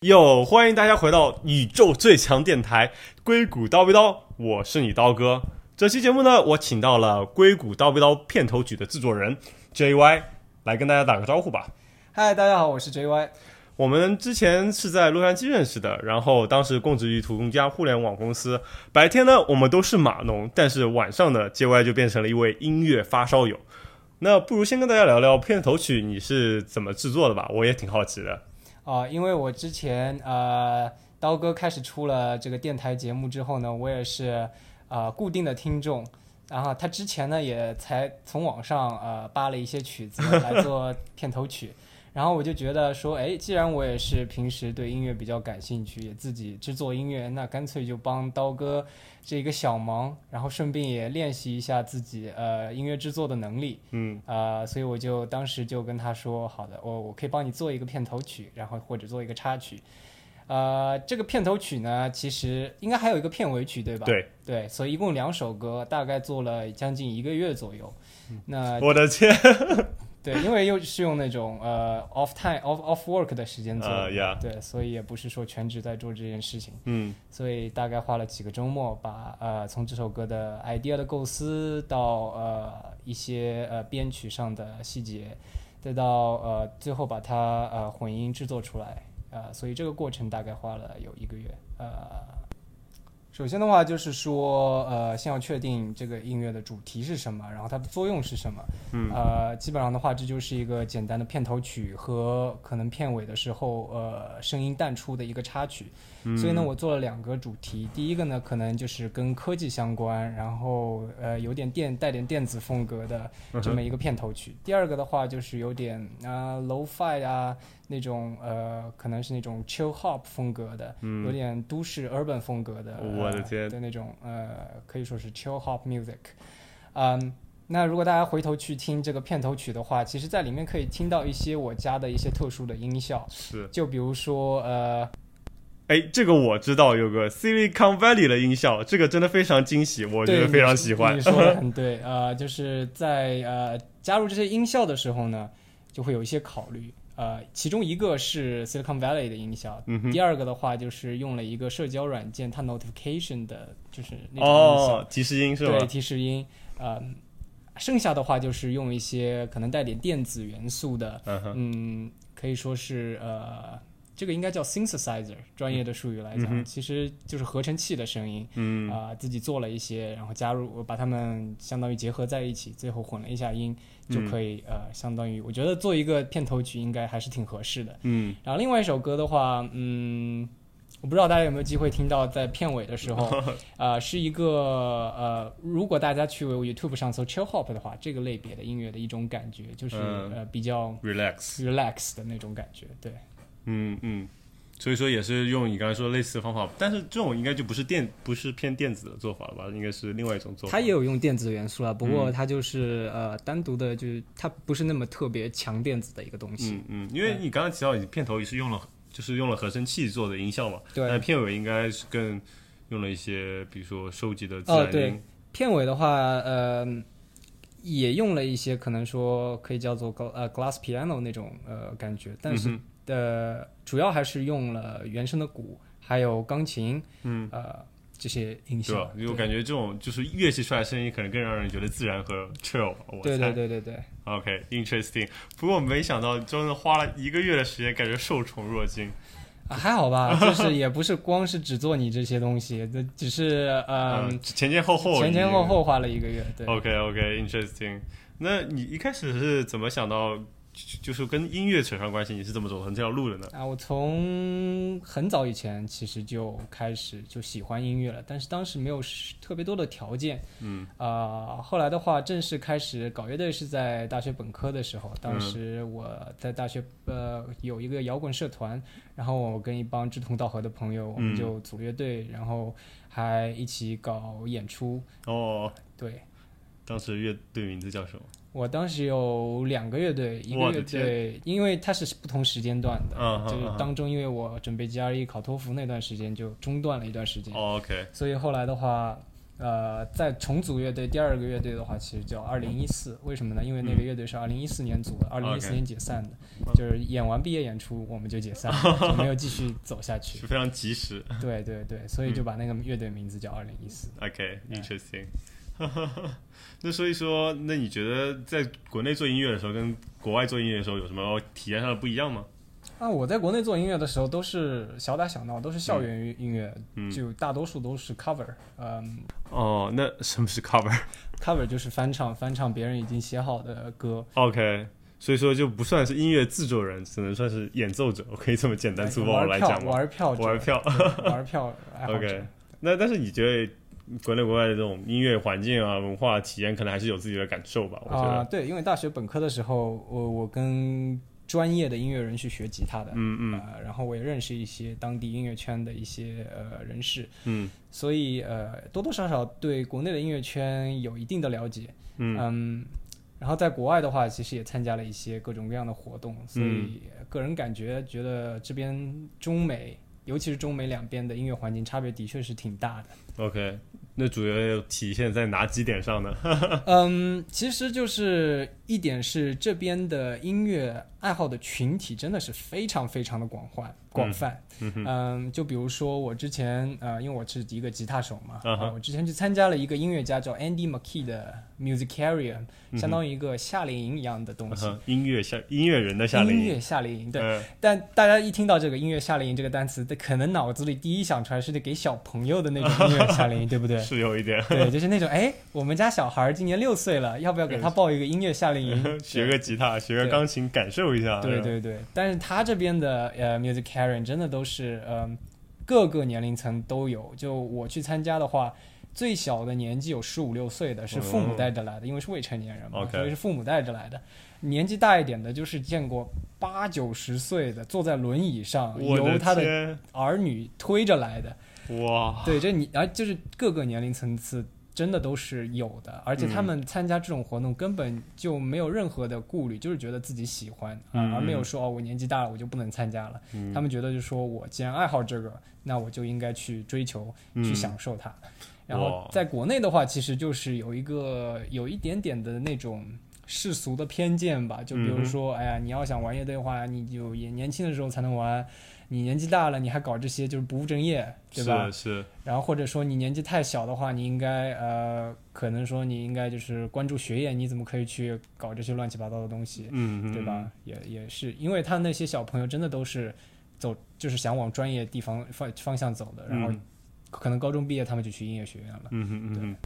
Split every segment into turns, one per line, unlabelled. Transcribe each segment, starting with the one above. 哟，欢迎大家回到宇宙最强电台《硅谷刀逼刀》，我是你刀哥。这期节目呢，我请到了《硅谷刀逼刀》片头曲的制作人 JY 来跟大家打个招呼吧。
嗨，大家好，我是 JY。
我们之前是在洛杉矶认识的，然后当时供职于土公家互联网公司。白天呢，我们都是码农，但是晚上呢，JY 就变成了一位音乐发烧友。那不如先跟大家聊聊片头曲你是怎么制作的吧，我也挺好奇的。
啊、因为我之前呃，刀哥开始出了这个电台节目之后呢，我也是呃固定的听众。然后他之前呢，也才从网上呃扒了一些曲子来做片头曲。然后我就觉得说，哎，既然我也是平时对音乐比较感兴趣，也自己制作音乐，那干脆就帮刀哥这一个小忙，然后顺便也练习一下自己呃音乐制作的能力。
嗯，
呃，所以我就当时就跟他说，好的，我我可以帮你做一个片头曲，然后或者做一个插曲。呃，这个片头曲呢，其实应该还有一个片尾曲，对吧？
对，
对，所以一共两首歌，大概做了将近一个月左右。
嗯
那
我的天，
对，因为又是用那种呃 off time off off work 的时间做的
呃呀，
对，所以也不是说全职在做这件事情。
嗯
所以大概花了几个周末把，呃从这首歌的 idea 的构思到呃一些呃编曲上的细节，再到呃最后把它呃混音制作出来，呃，所以这个过程大概花了有一个月。呃，首先的话就是说，呃，先要确定这个音乐的主题是什么，然后它的作用是什么。
嗯，
呃，基本上的话，这就是一个简单的片头曲和可能片尾的时候，呃，声音淡出的一个插曲。
嗯
所以呢，我做了两个主题。第一个呢，可能就是跟科技相关，然后呃，有点电带点电子风格的
嗯哼
这么一个片头曲。第二个的话，就是有点啊、呃、low fi 啊那种呃，可能是那种 chill hop 风格的，有点都市 urban 风格的，
嗯我的
呃
天
的那种呃，可以说是 chill hop music。嗯，那如果大家回头去听这个片头曲的话，其实在里面可以听到一些我加的一些特殊的音效，
是。
就比如说呃。
哎，这个我知道，有个 Silicon Valley 的音效，这个真的非常惊喜，我觉
对
得非常喜欢
你。说你说的很对，呃，就是在呃加入这些音效的时候呢，就会有一些考虑。呃，其中一个是 Silicon Valley 的音效，
嗯哼
第二个的话就是用了一个社交软件它 notification 的，就是那种音效，
哦，提示音是吧
对？提示音。呃，剩下的话就是用一些可能带点电子元素的，
嗯哼，
嗯，可以说是呃，这个应该叫 synthesizer，专业的术语来讲，
嗯哼
其实就是合成器的声音。
嗯
啊、自己做了一些，然后加入，我把它们相当于结合在一起，最后混了一下音，
嗯
就可以、呃，相当于我觉得做一个片头曲应该还是挺合适的。
嗯，
然后另外一首歌的话，嗯，我不知道大家有没有机会听到，在片尾的 时候，呃，是一个呃，如果大家去 YouTube 上搜 chill hop 的话，这个类别的音乐的一种感觉，就是、
嗯
呃比较
relax，
relax 的那种感觉，对。
嗯嗯，所以说也是用你刚才说的类似的方法，但是这种应该就不是电，不是偏电子的做法了吧？应该是另外一种做法。嗯
它也有用电子元素啊，不过它就是、呃单独的，就是它不是那么特别强电子的一个东西。
嗯嗯，因为你刚刚提到你片头也是用了，就是用了合成器做的音效嘛，
对
但片尾应该是更用了一些，比如说收集的自
哦
然
对
音，
片尾的话，呃，也用了一些可能说可以叫做 gla- 呃 glass piano 那种呃感觉，但
嗯
是的、呃主要还是用了原声的鼓，还有钢琴，嗯，呃这些音
对
效
吧。？因为我感觉这种就是乐器出来的声音，可能更让人觉得自然和 chill 吧。我
对
猜
对对对对，
OK，interesting、不过没想到，真的花了一个月的时间，感觉受宠若惊。
啊还 好吧，就是也不是光是只做你这些东西，这只是呃、
嗯，前前后后，
前前后。后花了一个月，对。
OK，OK，interesting、那你一开始是怎么想到，就是跟音乐扯上关系？你是怎么走上这条路的呢？
啊，我从很早以前其实就开始就喜欢音乐了，但是当时没有是特别多的条件。嗯。啊、后来的话，正式开始搞乐队是在大学本科的时候，当时我在大学呃有一个摇滚社团，然后我跟一帮志同道合的朋友，我们
嗯
就组乐队，然后还一起搞演出。
哦，
对。
当时乐队名字叫什么？
我当时有两个乐队，一
我
个
的
乐
天
队，因为它是不同时间段的，
嗯嗯
就是
嗯
当中因为我准备 GRE 考托福那段时间就中断了一段时间，
哦，OK，
所以后来的话，呃，在重组乐队第二个乐队的话，其实叫二零一四，为什么呢？因为那个乐队是二零一四年组的，二零一四
嗯 OK
年解散的就是演完毕业演出我们就解散了，就没有继续走下 去
是。非常及时。
对对对，所以就把那个乐队名字叫二零一四。
OK，interesting、那所以说，那你觉得在国内做音乐的时候跟国外做音乐的时候有什么体验上的不一样吗？
啊，我在国内做音乐的时候都是小打小闹，都是校园音乐，
嗯
就大多数都是 cover，嗯
哦，那什么是 cover？OK，、
，cover 就是翻唱，翻唱别人已经写好的歌，
OK，所以说就不算是音乐制作人，只能算是演奏者。我 可以这么简单粗暴
哎玩
地来
票
讲吗？
玩票者
玩票。
玩票爱好 者啊
OK，那但是你觉得国内国外的这种音乐环境啊、文化体验，可能还是有自己的感受吧？我觉
啊、
得，
对，因为大学本科的时候，我我跟专业的音乐人去学吉他的，
嗯嗯
呃，然后我也认识一些当地音乐圈的一些呃人士，
嗯
所以呃多多少少对国内的音乐圈有一定的了解，
嗯
嗯，然后在国外的话，其实也参加了一些各种各样的活动，所以个人感觉觉得这边中美，尤其是中美两边的音乐环境差别的确是挺大的。
，OK，那主要要体现在哪几点上呢？
嗯，其实就是一点是这边的音乐爱好的群体真的是非常非常的广泛广泛。
嗯
嗯就比如说我之前呃，因为我是一个吉他手嘛，
啊哈
呃我之前去参加了一个音乐家叫 Andy McKee 的 Musicarium，相当于一个夏令营一样的东
嗯
西。
嗯哼 音乐夏音乐人的夏令
音
营，
乐夏令营，对，
嗯
但大家一听到这个音乐夏令营这个单词，可能脑子里第一想出来是得给小朋友的那种音乐夏令营，对不对？
是有一点
对，就是那种哎，我们家小孩儿今年六岁了，要不要给他报一个音乐夏令营？
学个啊吉他，学个
对
钢琴，感受一下。
对
吧，
对对，但是他这边的呃 music Karen 真的都是嗯、各个年龄层都有。就我去参加的话，最小的年纪有十五六岁的，是父母带着来的，因为是未成年人嘛
嗯 OK
所以是父母带着来的。年纪大一点的，就是见过八九十岁的坐在轮椅上，
我
由他的
天，
儿女推着来的。
哇，
对，这你而就是各个年龄层次真的都是有的，而且他
嗯
们参加这种活动根本就没有任何的顾虑，就是觉得自己喜欢，啊
嗯
而没有说哦我年纪大了我就不能参加了。
嗯
他们觉得就说我既然爱好这个，那我就应该去追求、去
嗯
享受它。然后
哇
在国内的话，其实就是有一个有一点点的那种。世俗的偏见吧，就比
嗯
如
哼
说，哎呀，你要想玩乐队的话，你就也年轻的时候才能玩，你年纪大了，你还搞这些就是不务正业，对吧？
是是，
然后或者说你年纪太小的话，你应该呃，可能说你应该就是关注学业，你怎么可以去搞这些乱七八糟的东西，
嗯，
对吧？也也是，因为他那些小朋友真的都是走，就是想往专业地方方方向走的，
嗯？
然后
嗯
可能高中毕业他们就去音乐学院了。
嗯哼嗯哼。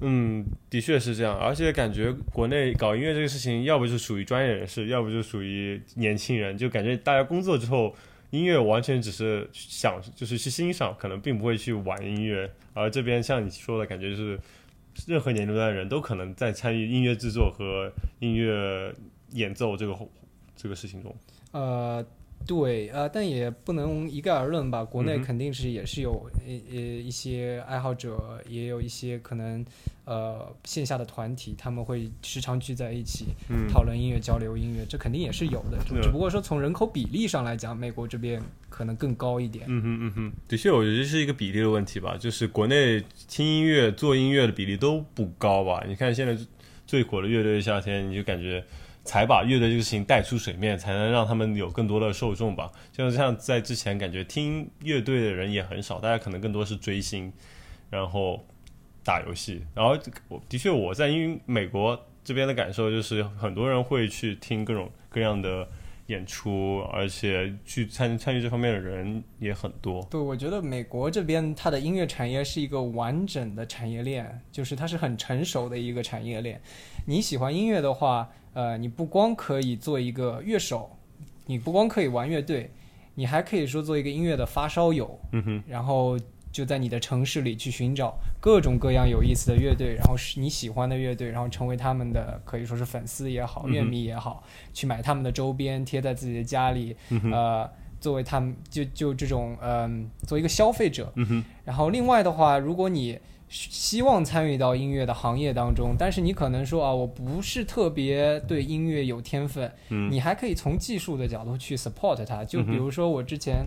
嗯，的确是这样，而且感觉国内搞音乐这个事情，要不就属于专业人士，要不就属于年轻人，就感觉大家工作之后，音乐完全只是想，就是去欣赏，可能并不会去玩音乐。而这边像你说的，感觉就是任何年龄段的人都可能在参与音乐制作和音乐演奏这个这个事情中。
呃，对，呃，但也不能一概而论吧。国内
嗯哼
肯定是也是有呃呃一些爱好者，也有一些可能呃线下的团体，他们会时常聚在一起
嗯
讨论音乐、交流音乐，这肯定也是有的。
对
只不过说从人口比例上来讲，美国这边可能更高一点。
嗯哼嗯哼，的确，我觉得这是一个比例的问题吧，就是国内听音乐、做音乐的比例都不高吧。你看现在最火的乐队夏天，你就感觉才把乐队这个事情带出水面，才能让他们有更多的受众吧。就像在之前，感觉听乐队的人也很少，大家可能更多是追星，然后打游戏。然后我的确我在英美国这边的感受就是，很多人会去听各种各样的。演出，而且去参参与这方面的人也很多。
对，我觉得美国这边它的音乐产业是一个完整的产业链，就是它是很成熟的一个产业链。你喜欢音乐的话，呃，你不光可以做一个乐手，你不光可以玩乐队，你还可以说做一个音乐的发烧友，
嗯哼，
然后就在你的城市里去寻找各种各样有意思的乐队，然后是你喜欢的乐队，然后成为他们的可以说是粉丝也
嗯
好，
哼
乐迷也好，去买他们的周边，贴在自己的家里，
嗯
呃，作为他们就就这种嗯、做一个消费者。
嗯哼，
然后另外的话，如果你希望参与到音乐的行业当中，但是你可能说啊，我不是特别对音乐有天分，
嗯
你还可以从技术的角度去 support 它。就
嗯哼
比如说我之前，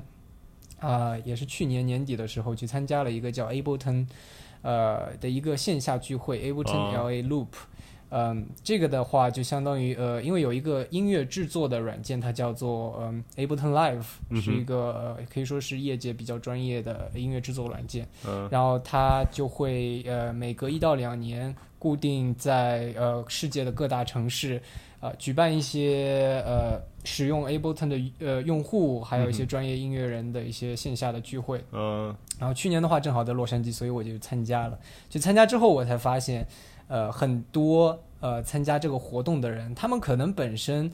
啊、也是去年年底的时候去参加了一个叫 Ableton，呃的一个线下聚会
哦
Ableton LA Loop。嗯，这个的话就相当于呃，因为有一个音乐制作的软件，它叫做嗯 Ableton Live，是一个、呃、可以说是业界比较专业的音乐制作软件。
嗯
然后它就会呃每隔一到两年固定在呃世界的各大城市呃举办一些呃使用 Ableton 的呃用户，还有一些专业音乐人的一些线下的聚会。
嗯
然后去年的话正好在洛杉矶，所以我就参加了。就参加之后，我才发现，呃，很多呃参加这个活动的人，他们可能本身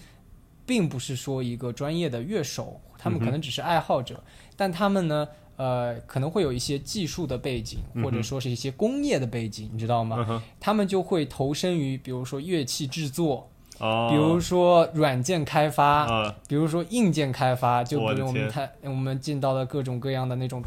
并不是说一个专业的乐手，他们可能只是爱好者，但他们呢，呃，可能会有一些技术的背景，或者说是一些工业的背景，你知道吗？
嗯嗯哼
他们就会投身于比如说乐器制作，
哦，
比如说软件开发，
啊，
比如说硬件开发，就
我
比
的
如我
天
们看我们见到的各种各样的那种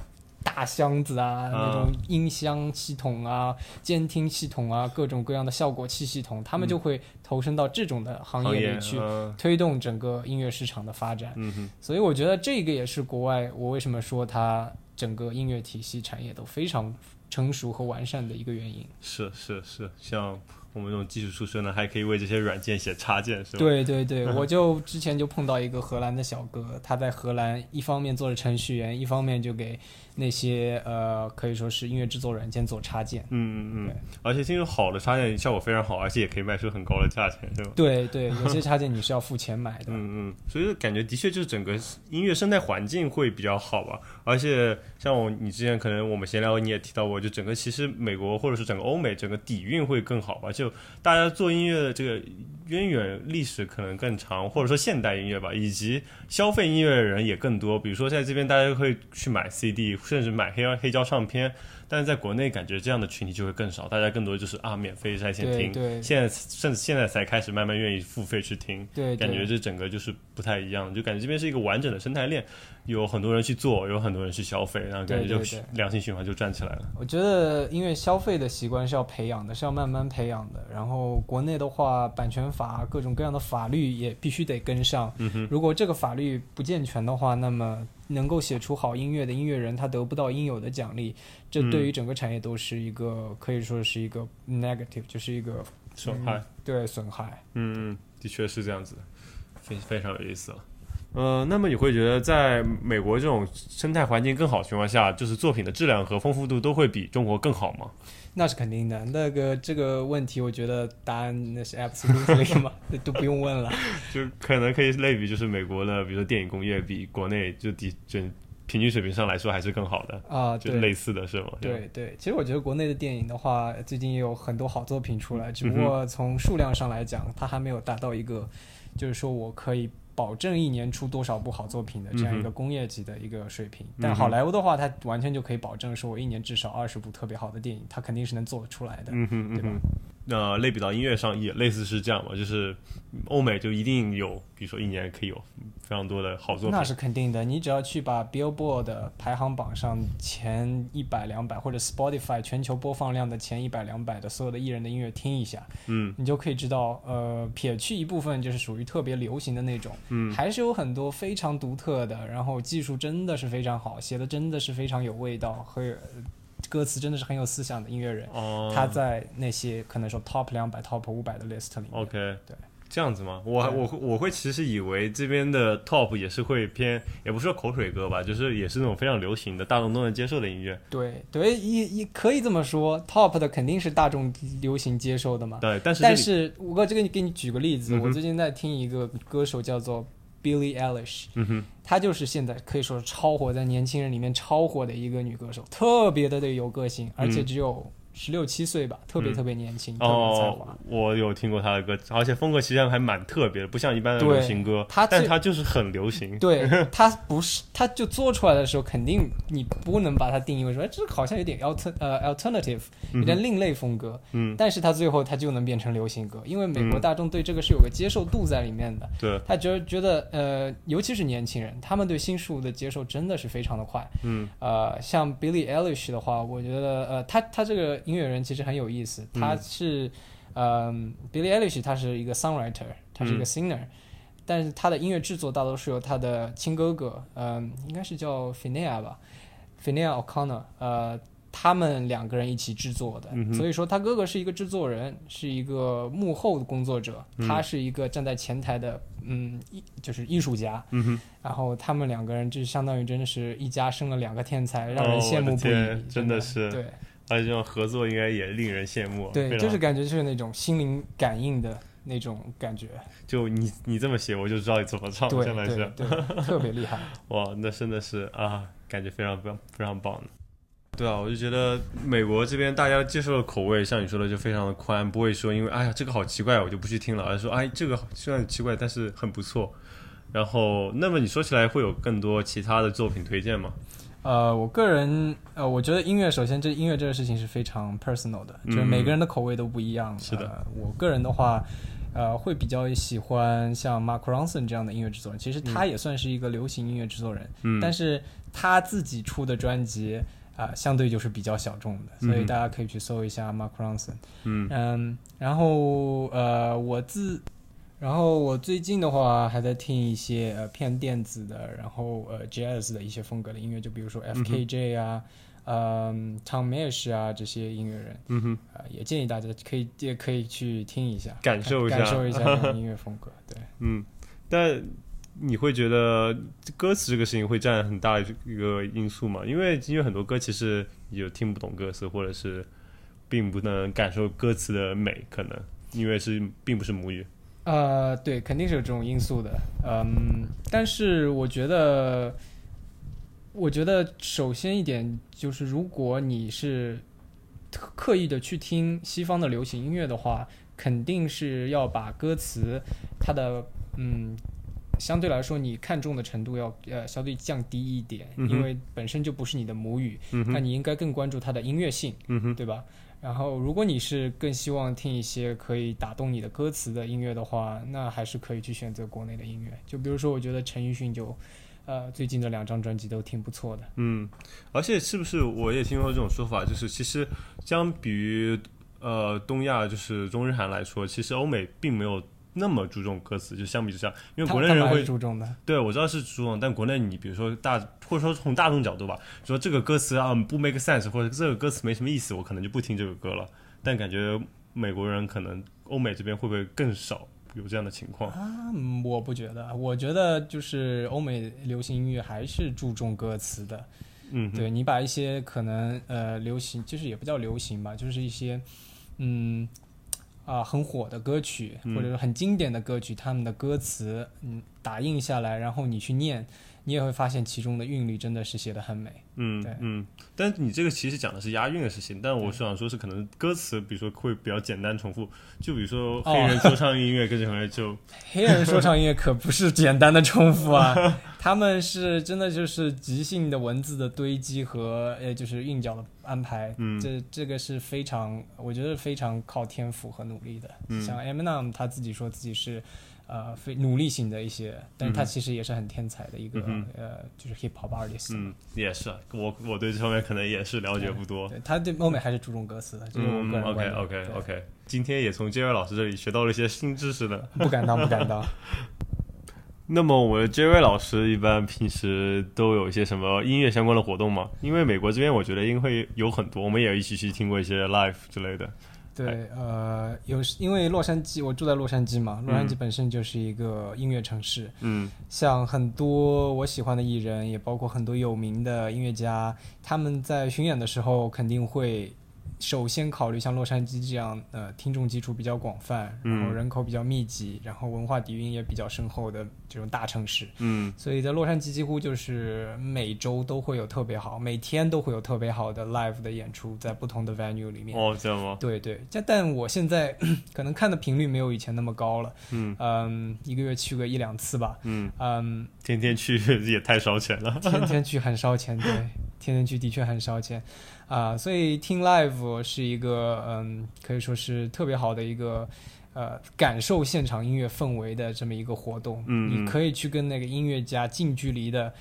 大箱子啊，
嗯
那种音箱系统啊、监听系统啊，各种各样的效果器系统，他们就会投身到这种的行
嗯行
业
业
里去，
嗯
推动整个音乐市场的发展。
嗯哼
所以我觉得这个也是国外，我为什么说它整个音乐体系产业都非常成熟和完善的一个原因。
是是是，像我们这种技术出身的，还可以为这些软件写插件，是吧？
对对对， 我就之前就碰到一个荷兰的小哥，他在荷兰一方面做了程序员，一方面就给那些呃可以说是音乐制作软件做插件。
嗯嗯
对
嗯，而且听说好的插件效果非常好，而且也可以卖出很高的价钱，对吧？
对对，有些插件你是要付钱买的。
嗯嗯，所以就感觉的确就是整个音乐生态环境会比较好吧，而且像我你之前可能我们闲聊你也提到过，就整个其实美国或者是整个欧美整个底蕴会更好吧，就大家做音乐的这个渊源历史可能更长，或者说现代音乐吧，以及消费音乐的人也更多，比如说在这边大家会去买 CD，甚至买黑黑胶唱片，但是在国内感觉这样的群体就会更少，大家更多就是啊免费在线
对
听，
对
现在甚至现在才开始慢慢愿意付费去听。
对
感觉
对
这整个就是不太一样，就感觉这边是一个完整的生态链，有很多人去做，有很多人去消费，然后感觉
对
就
对
是
对
良性循环就站起来了。
我觉得音乐消费的习惯是要培养的，是要慢慢培养的。然后国内的话，版权法啊各种各样的法律也必须得跟上。
嗯
如果这个法律不健全的话，那么能够写出好音乐的音乐人，他得不到应有的奖励，这对
嗯
于整个产业都是一个、可以说是一个 negative，就是一个
损害，
对损害。
嗯，的确是这样子的，非非常有意思了。呃，那么你会觉得在美国这种生态环境更好的情况下，就是作品的质量和丰富度都会比中国更好 吗？
那是肯定的。那个这个问题，我觉得答案那是 absolutely 嘛， 这都不用问了。
就可能可以类比，就是美国的，比如说电影工业比国内就底整平均水平上来说还是更好的，
啊，
就
对。
类似的是吗？
对对，其实我觉得国内的电影的话，最近也有很多好作品出来，
嗯
只不过从数量上来讲，它还没有达到一个，就是说我可以保证一年出多少部好作品的这样
嗯
一个工业级的一个水平。但好莱坞的话，它完全就可以保证说我一年至少二十部特别好的电影，它肯定是能做得出来的。
嗯哼，嗯
对吧
哼，那类比到音乐上也类似是这样嘛，就是欧美就一定有，比如说一年可以有非常多的好作品
那。是肯定的，你只要去把 Billboard 的排行榜上前一百、两百，或者 Spotify 全球播放量的前一百、两百的所有的艺人的音乐听一下，
嗯，
你就可以知道，呃，撇去一部分就是属于特别流行的那种，
嗯，
还是有很多非常独特的，然后技术真的是非常好，写的真的是非常有味道，和呃歌词真的是很有思想的音乐人，
哦，
他在那些可能说 top 两百、top 五百的 list 里面。
OK，
对，
这样子吗？我还
对
我会我会其实以为这边的 Top 也是会偏，也不是说口水歌吧，就是也是那种非常流行的、大众都能接受的音乐。
对对，也也可以这么说，top 的肯定是大众流行接受的嘛。
对，但是这
啊但
里
是我哥这个给你举个例子，
嗯哼
我最近在听一个歌手叫做 Billie Eilish，
嗯哼，
她就是现在可以说是超火，在年轻人里面超火的一个女歌手，特别的对有个性，而且只有十六七岁吧，特别
嗯
特别年轻，特别有才华
哦。，我有听过他的歌，而且风格其实还蛮特别的，不像一般的流
对
行歌，
他
但
最
他就是很流行。
对 她不是，她就做出来的时候，肯定你不能把它定义为说，哎，这好像有点 alter 呃 alternative，有点另类风格，
嗯，
但是她最后她就能变成流行歌，因为美国
嗯
大众对这个是有个接受度在里面的，
对，
他觉觉得呃，尤其是年轻人，他们对新事物的接受真的是非常的快。
嗯，
呃，像 Billie Eilish 的话，我觉得呃，他他这个音乐人其实很有意思，他是嗯、Billie Eilish 他是一个 songwriter，他是一个 singer，、但是他的音乐制作大多是由他的亲哥哥，嗯、应该是叫 Finneya 吧，Finneya O'Connor，呃。他们两个人一起制作的，
嗯
所以说他哥哥是一个制作人，是一个幕后的工作者，
嗯
他是一个站在前台的，嗯，艺就是艺术家。
嗯哼，
然后他们两个人就相当于真的是一家生了两个天才，让
哦
人
我
羡
的
慕不已。
天真的
的
是
对
而且这种合作应该也令人羡慕。非
对，
常
就是感觉就是那种心灵感应的那种感觉，
就你你这么写，我就知道你怎么唱，
对
相当于
对
是
对，特别厉害。
哇，那真的是啊，感觉非常棒，非常棒的。对啊，我就觉得美国这边大家接受的口味，像你说的就非常的宽，不会说因为哎呀这个好奇怪我就不去听了，而是说哎这个虽然很奇怪，但是很不错。然后，那么你说起来会有更多其他的作品推荐吗？
呃，我个人呃，我觉得音乐首先这音乐这个事情是非常 personal 的，
嗯
就是每个人的口味都不一样。
是的
呃我个人的话，呃，会比较喜欢像 Mark Ronson 这样的音乐制作人，其实他也算是一个流行音乐制作人，
嗯
但是他自己出的专辑啊、呃相对就是比较小众的，所以
嗯
大家可以去搜一下 Mark Ronson。
嗯
嗯，然后呃，我自，然后我最近的话还在听一些呃偏电子的，然后呃 jazz 的一些风格的音乐，就比如说 FKJ 啊，嗯、Tom Misch 啊这些音乐人，
嗯哼，
啊、也建议大家可以也可以去听一下，
感受一下
感受一下这种音乐风格，对。
嗯，但你会觉得歌词这个事情会占很大一个因素嘛？因为因为很多歌其实你就听不懂歌词，或者是并不能感受歌词的美，可能因为是并不是母语。
呃，对，肯定是有这种因素的。嗯，但是我觉得，我觉得首先一点就是，如果你是特刻意的去听西方的流行音乐的话，肯定是要把歌词它的嗯。相对来说，你看重的程度要呃相对降低一点，
嗯
因
哼
为本身就不是你的母语，
嗯
那
哼，
你应该更关注它的音乐性。
嗯哼，
对吧？然后，如果你是更希望听一些可以打动你的歌词的音乐的话，那还是可以去选择国内的音乐。就比如说，我觉得陈奕迅就，呃，最近的两张专辑都挺不错的。
嗯，而且是不是我也听说这种说法，就是其实相比于呃东亚就是中日韩来说，其实欧美并没有那么注重歌词，就相比之下，因为
他
国内
他
人
们还
会
是注重的，
对，我知道是主网，但国内你比如说大，或者说从大众角度吧，说这个歌词啊嗯不 make sense，或者这个歌词没什么意思，我可能就不听这个歌了。但感觉美国人可能欧美这边会不会更少有这样的情况？
嗯，我不觉得，我觉得就是欧美流行音乐还是注重歌词的。
嗯，
对你把一些可能呃流行，就是也不叫流行吧，就是一些嗯啊、很火的歌曲，或者是很经典的歌曲，他们的歌词嗯打印下来，然后你去念，你也会发现其中的韵律真的是写的很美。
嗯
对
嗯。但你这个其实讲的是押韵的事情，但我是想说，是可能歌词，比如说会比较简单重复，就比如说
哦
黑人说唱音乐跟什么 就
黑人说唱音乐可不是简单的重复啊，他们是真的就是即兴的文字的堆积和呃就是韵脚的安排，
嗯
这这个是非常我觉得非常靠天赋和努力的。
嗯
像 Eminem 他自己说自己是呃非努力型的一些，但是他其实也是很天才的一个、
嗯
呃就是 hip hop artist。
嗯也是啊，我我对这方面可能也是了解不多。
对，他对欧美还是注重歌词的，这是我
嗯
个人观
，OK
点。
OK
对
OK，今天也从 J Y 老师这里学到了一些新知识呢。
不敢当，不敢当。
那么我们 J.V 老师一般平时都有一些什么音乐相关的活动吗？因为美国这边我觉得音会有很多，我们也一起去听过一些 live 之类的。
对，呃，有时因为洛杉矶，我住在洛杉矶嘛，洛杉矶本身就是一个音乐城市，
嗯
像很多我喜欢的艺人，也包括很多有名的音乐家，他们在巡演的时候肯定会首先考虑像洛杉矶这样呃听众基础比较广泛，然后
嗯
人口比较密集，然后文化底蕴也比较深厚的这种大城市。
嗯
所以在洛杉矶几乎就是每周都会有特别好，每天都会有特别好的 live 的演出，在不同的 venue 里面。
哦，这样吗？
对对，但但我现在 可能看的频率没有以前那么高了，
嗯
嗯，一个月去个一两次吧，
嗯，
嗯，
天天去 也太烧钱了。
天天去很烧钱，对，天天去的确很烧钱，啊、所以听 live 是一个嗯，可以说是特别好的一个。呃，感受现场音乐氛围的这么一个活动，
嗯嗯
你可以去跟那个音乐家近距离的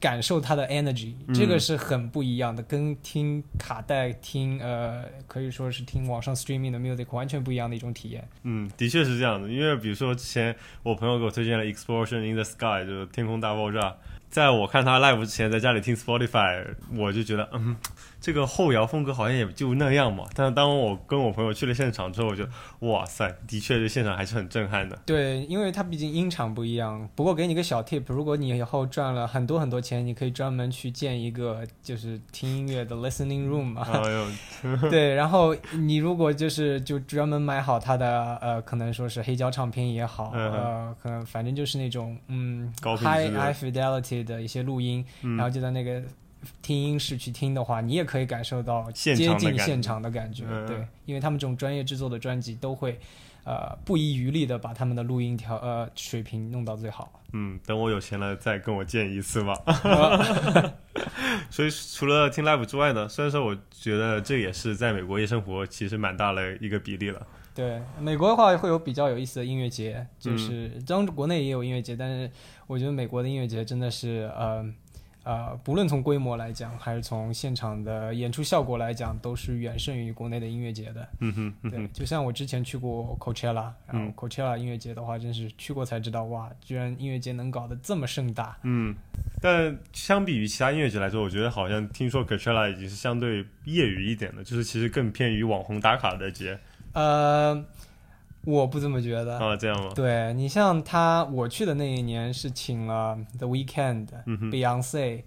感受他的 energy，、这个
嗯
是很不一样的，跟听卡带、听呃，可以说是听网上 streaming 的 music 完全不一样的一种体验。
嗯，的确是这样的。因为比如说之前我朋友给我推荐了《Explosion in the Sky》，就是《天空大爆炸》，在我看他 live 之前，在家里听 Spotify，我就觉得，嗯，这个后摇风格好像也就那样嘛。但是当我跟我朋友去了现场之后，我就，哇塞，的确这现场还是很震撼的。
对，因为它毕竟音场不一样。不过给你个小 tip，如果你以后赚了很多很多钱，你可以专门去建一个就是听音乐的 listening room 啊。
哎呦，
对，然后你如果就是就专门买好它的呃，可能说是黑胶唱片也好，
嗯
呃，可能反正就是那种嗯
高品
high
质
high fidelity 的一些录音，然后就在那个听音室去听的话，你也可以感受到接
现场的
近
感觉
现场的感觉。
嗯
对，因为他们这种专业制作的专辑都会呃不遗余力的把他们的录音调呃水平弄到最好。
嗯，等我有钱了再跟我见一次吧。所以除了听 live 之外呢，虽然说我觉得这也是在美国夜生活其实蛮大的一个比例了。
对，美国的话会有比较有意思的音乐节，就是
嗯
当然国内也有音乐节，但是我觉得美国的音乐节真的是呃呃，不论从规模来讲，还是从现场的演出效果来讲，都是远胜于国内的音乐节的。
嗯哼，嗯
对，就像我之前去过 Coachella，然后 Coachella 音乐节的话，真是去过才知道，哇，居然音乐节能搞得这么盛大。
嗯，但相比于其他音乐节来说，我觉得好像听说 Coachella 已经是相对业余一点的，就是其实更偏于网红打卡的节
呃，我不这么觉得。
啊，这样吗？
对你像他，我去的那一年是请了 The Weeknd、
嗯哼
Beyonce，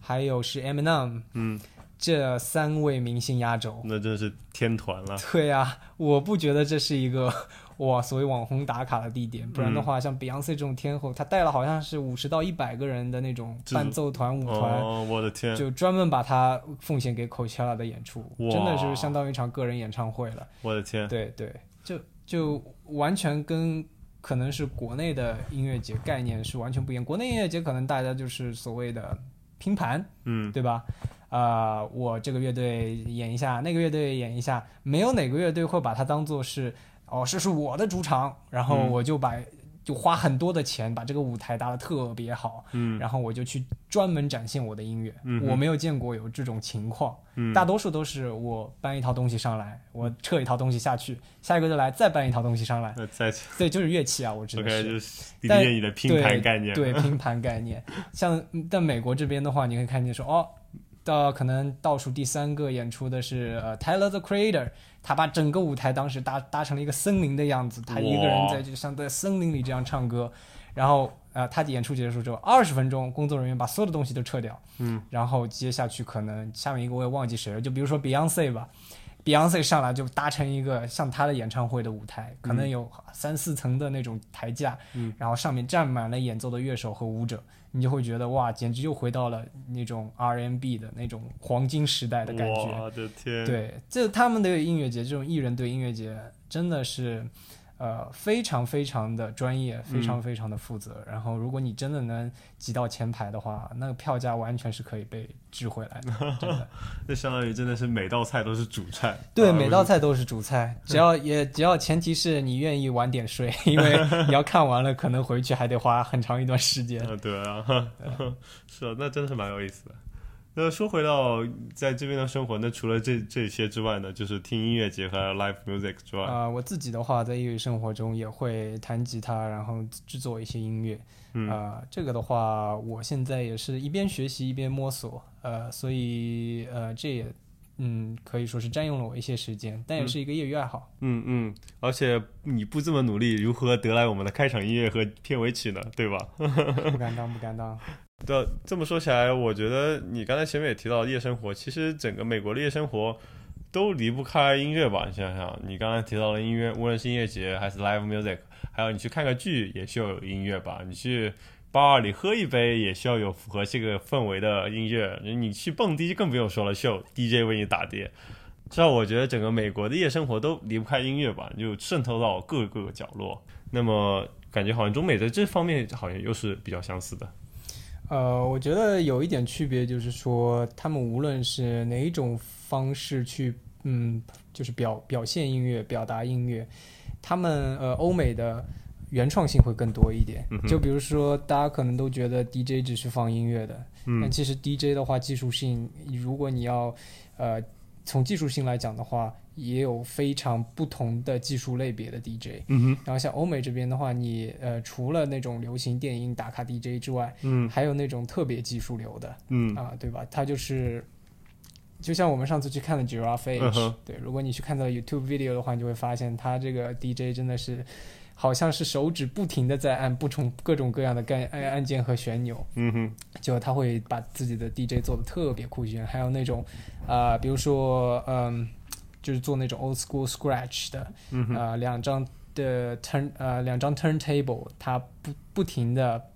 还有是 Eminem
嗯，
这三位明星压轴。
那真是天团了。
对呀、我不觉得这是一个 哇所谓网红打卡的地点，不然的话，
嗯
像 Beyonce 这种天后，她带了好像是五十到一百个人的那种
制
伴奏团、舞团，
哦，我的天，
就专门把她奉献给 Coachella 的演出，
哇
真的就是相当于一场个人演唱会了。
我的天，
对对，就就完全跟可能是国内的音乐节概念是完全不一样。国内音乐节可能大家就是所谓的拼盘，
嗯，
对吧？啊、我这个乐队演一下，那个乐队演一下，没有哪个乐队会把它当做是哦，这是我的主场，然后
嗯
我就把、就花很多的钱把这个舞台搭得特别好，
嗯，
然后我就去专门展现我的音乐。
嗯哼
我没有见过有这种情况，
嗯
大多数都是我搬一套东西上来，我撤一套东西下去，下一个就来再搬一套东西上来，
那再
所以就是乐器啊，我指的
OK
是。
就是理
但
解你的拼盘概念，
对 拼盘概念。像嗯但美国这边的话，你会看见说哦，到可能倒数第三个演出的是呃 Tyler the Creator，他把整个舞台当时搭搭成了一个森林的样子，他一个人
哇
在就像在森林里这样唱歌，然后。呃，他的演出结束之后，二十分钟，工作人员把所有的东西都撤掉，嗯，然后接下去可能下面一个我也忘记谁了，就比如说 Beyonce 吧，Beyonce 上来就搭成一个像她的演唱会的舞台，可能有三四层的那种台架，然后上面站满了演奏的乐手和舞者，你就会觉得哇，简直又回到了那种 R&B 的那种黄金时代的感觉。
我的天，，
对，这他们的音乐节，这种艺人对音乐节真的是，呃，非常非常的专业，非常非常的负责。然后，如果你真的能挤到前排的话，那个票价完全是可以被支回来的，真的。
那相当于真的是每道菜都是主菜，
对，
啊
每道菜都是主 菜，只要也只要前提是你愿意晚点睡，因为 你要看完了，可能回去还得花很长一段时间。
啊，对啊， 哈哈是啊，那真的是蛮有意思的。那说回到在这边的生活，那除了这这些之外呢，就是听音乐节和 live music 之外，
啊、我自己的话，在业余生活中也会弹吉他，然后制作一些音乐。
嗯
啊、这个的话，我现在也是一边学习一边摸索，呃，所以呃，这也嗯可以说是占用了我一些时间，但也是一个业余 爱好。
嗯嗯，而且你不这么努力，如何得来我们的开场音乐和片尾曲呢？对吧？
不敢当，不敢当。
对，这么说起来，我觉得你刚才前面也提到夜生活，其实整个美国的夜生活都离不开音乐吧？你想想，你刚才提到了音乐，无论是音乐节还是 live music，还有你去看个剧也需要有音乐吧？你去 bar 里喝一杯也需要有符合这个氛围的音乐，你去蹦迪就更不用说了，秀 DJ 为你打碟。至少我觉得整个美国的夜生活都离不开音乐吧，就渗透到各各个角落。那么感觉好像中美在这方面好像又是比较相似的。
呃，我觉得有一点区别就是说，他们无论是哪一种方式去，嗯，就是表表现音乐、表达音乐，他们呃欧美的原创性会更多一点。
嗯
就比如说，大家可能都觉得 DJ 只是放音乐的，
嗯
但其实 DJ 的话，技术性，如果你要呃从技术性来讲的话，也有非常不同的技术类别的 DJ。
嗯哼，
然后像欧美这边的话，你呃除了那种流行电音打卡 DJ 之外，
嗯
还有那种特别技术流的
嗯
啊，对吧？它就是就像我们上次去看了 Giraffe
嗯
Age，、
哼
对，如果你去看到 YouTube video 的话，你就会发现它这个 DJ 真的是好像是手指不停的在按不同各种各样的干按按键和旋钮。
嗯哼，
就他会把自己的 DJ 做的特别酷炫，还有那种，啊、比如说，嗯，就是做那种 old school scratch 的，
嗯哼，
呃，两张的 turn，呃，两张 turntable，它不不停的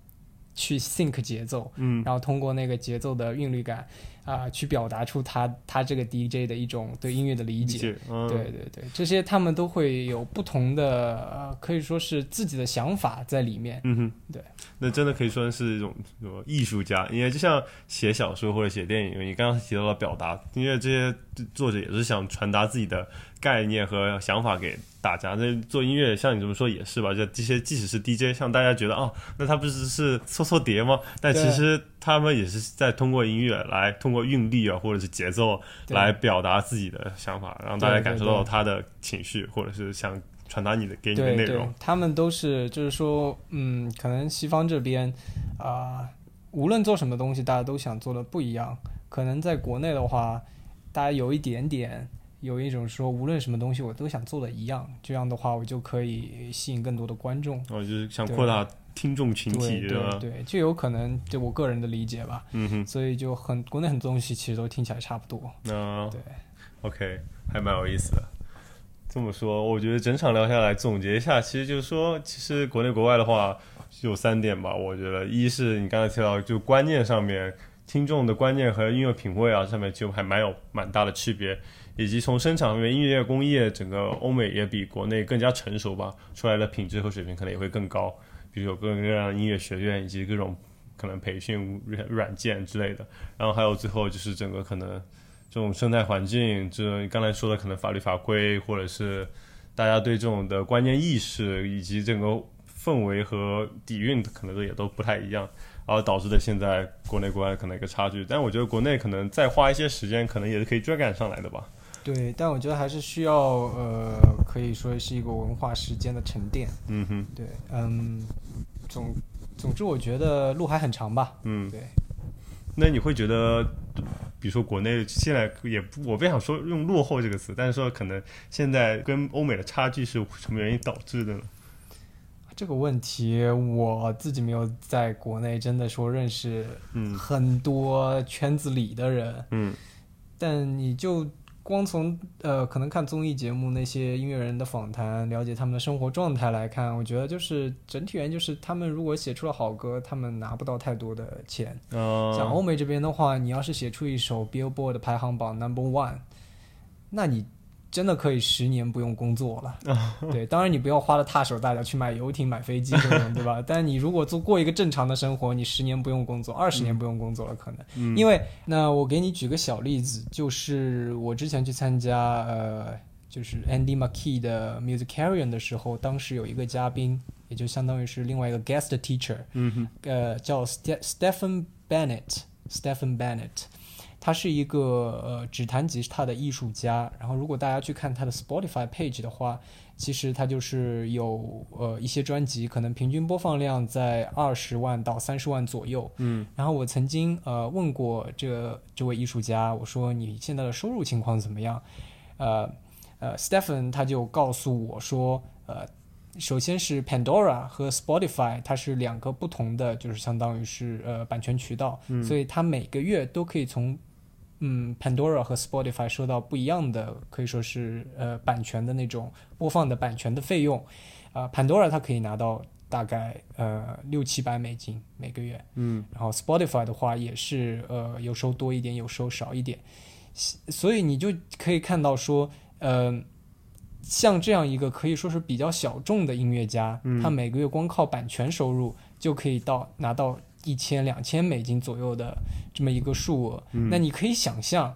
去 sync 节奏，
嗯
然后通过那个节奏的韵律感，啊、去表达出他他这个 DJ 的一种对音乐的理解。，
嗯
对对对，这些他们都会有不同的，呃，可以说是自己的想法在里面。
嗯哼，
对，
那真的可以算是一种什么艺术家，因为就像写小说或者写电影，你刚刚提到了表达，因为这些作者也是想传达自己的概念和想法给大家。那做音乐，像你这么说也是吧？就这些，即使是 DJ，像大家觉得哦，那他不是是搓搓碟吗？但
对
其实他们也是在通过音乐来，通过韵律啊，或者是节奏
对
来表达自己的想法，让大
对
家
对
感受到
对
他的情绪，或者是想传达你的给你的
对
内
对，
容。
他们都是就是说，嗯，可能西方这边啊、无论做什么东西，大家都想做的不一样。可能在国内的话，大家有一点点有一种说，无论什么东西我都想做的一样，这样的话我就可以吸引更多的观众。
哦，就是想
对啊
扩大听众群体，
对
吧
对？对，就有可能就我个人的理解吧，
嗯哼，
所以就很国内很多东西其实都听起来差不多。
那、
对
嗯 OK，还蛮有意思的。这么说，我觉得整场聊下来，总结一下，其实就是说，其实国内国外的话有三点吧，我觉得，一是你刚才提到，就观念上面，听众的观念和音乐品味啊上面就还蛮有蛮大的区别，以及从生产方面，音乐工业整个欧美也比国内更加成熟吧，出来的品质和水平可能也会更高，比如有各种各样的音乐学院以及各种可能培训软软件之类的，然后还有最后就是整个可能这种生态环境，这刚才说的可能法律法规，或者是大家对这种的观念意识，以及整个氛围和底蕴，可能也都不太一样，然后导致的现在国内国外可能一个差距。但我觉得国内可能再花一些时间，可能也是可以追赶上来的吧。
对，但我觉得还是需要呃，可以说是一个文化时间的沉淀。
嗯哼，
对，嗯，总总之，我觉得路还很长吧。
嗯，
对，
那你会觉得，比如说国内现在也不，我不想说用落后这个词，但是说可能现在跟欧美的差距是什么原因导致的呢？
这个问题我自己没有在国内真的说认识
嗯
很多圈子里的人，
嗯
但你就光从呃可能看综艺节目那些音乐人的访谈，了解他们的生活状态来看，我觉得就是整体原因就是他们如果写出了好歌，他们拿不到太多的钱。像
呃，
欧美这边的话，你要是写出一首 Billboard 排行榜 Number One，那你真的可以十年不用工作了。对，当然你不要花了大手大脚去买游艇、买飞机这种，对吧？但你如果做过一个正常的生活，你十年不用工作，二十年不用工作了，可能。
嗯
因为那我给你举个小例子，就是我之前去参加呃，就是 Andy McKee 的 Musicarian 的时候，当时有一个嘉宾，也就相当于是另外一个 guest teacher，
嗯哼，
呃，叫 Ste Stephen Bennett。Stephen Bennett，他是一个呃只弹吉他的艺术家。然后，如果大家去看他的 Spotify page 的话，其实他就是有呃一些专辑，可能平均播放量在二十万到三十万左右。
嗯，
然后我曾经呃问过这这位艺术家，我说你现在的收入情况怎么样？呃呃，Stephen 他就告诉我说，呃，首先是 Pandora 和 Spotify，它是两个不同的，就是相当于是呃版权渠道，所以它每个月都可以从嗯 Pandora 和 Spotify 收到不一样的，可以说是呃版权的那种播放的版权的费用。啊、p a n d o r a 它可以拿到大概呃六七百美金每个月，
嗯，
然后 Spotify 的话也是呃有时候多一点，有时候少一点，西所以你就可以看到说，呃，像这样一个可以说是比较小众的音乐家，
嗯
他每个月光靠版权收入就可以到拿到一千两千美金左右的这么一个数额，
嗯
那你可以想象，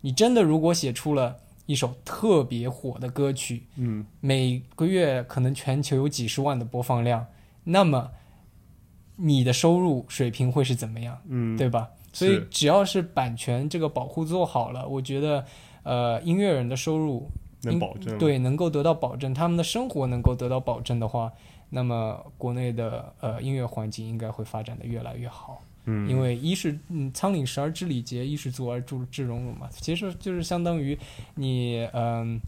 你真的如果写出了一首特别火的歌曲，
嗯，
每个月可能全球有几十万的播放量，那么你的收入水平会是怎么样，
嗯，
对吧？所以
是
只要是版权这个保护做好了，我觉得，呃，音乐人的收入
能保证吗
对能够得到保证，他们的生活能够得到保证的话，那么国内的呃音乐环境应该会发展的越来越好。
嗯，
因为一是嗯仓廪实而知礼节，一是足而知知荣辱嘛，其实就是相当于你嗯、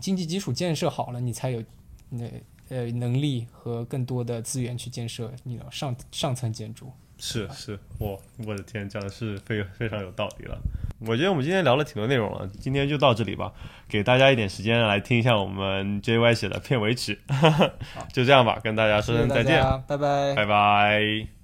经济基础建设好了，你才有那呃能力和更多的资源去建设你的上上层建筑。
是是，我我的天，讲的是非非常有道理了。我觉得我们今天聊了挺多内容了，今天就到这里吧，给大家一点时间来听一下我们 JY 写的片尾曲，就这样吧，跟大家说
谢
声
谢大
再见，
家，拜拜。
拜拜。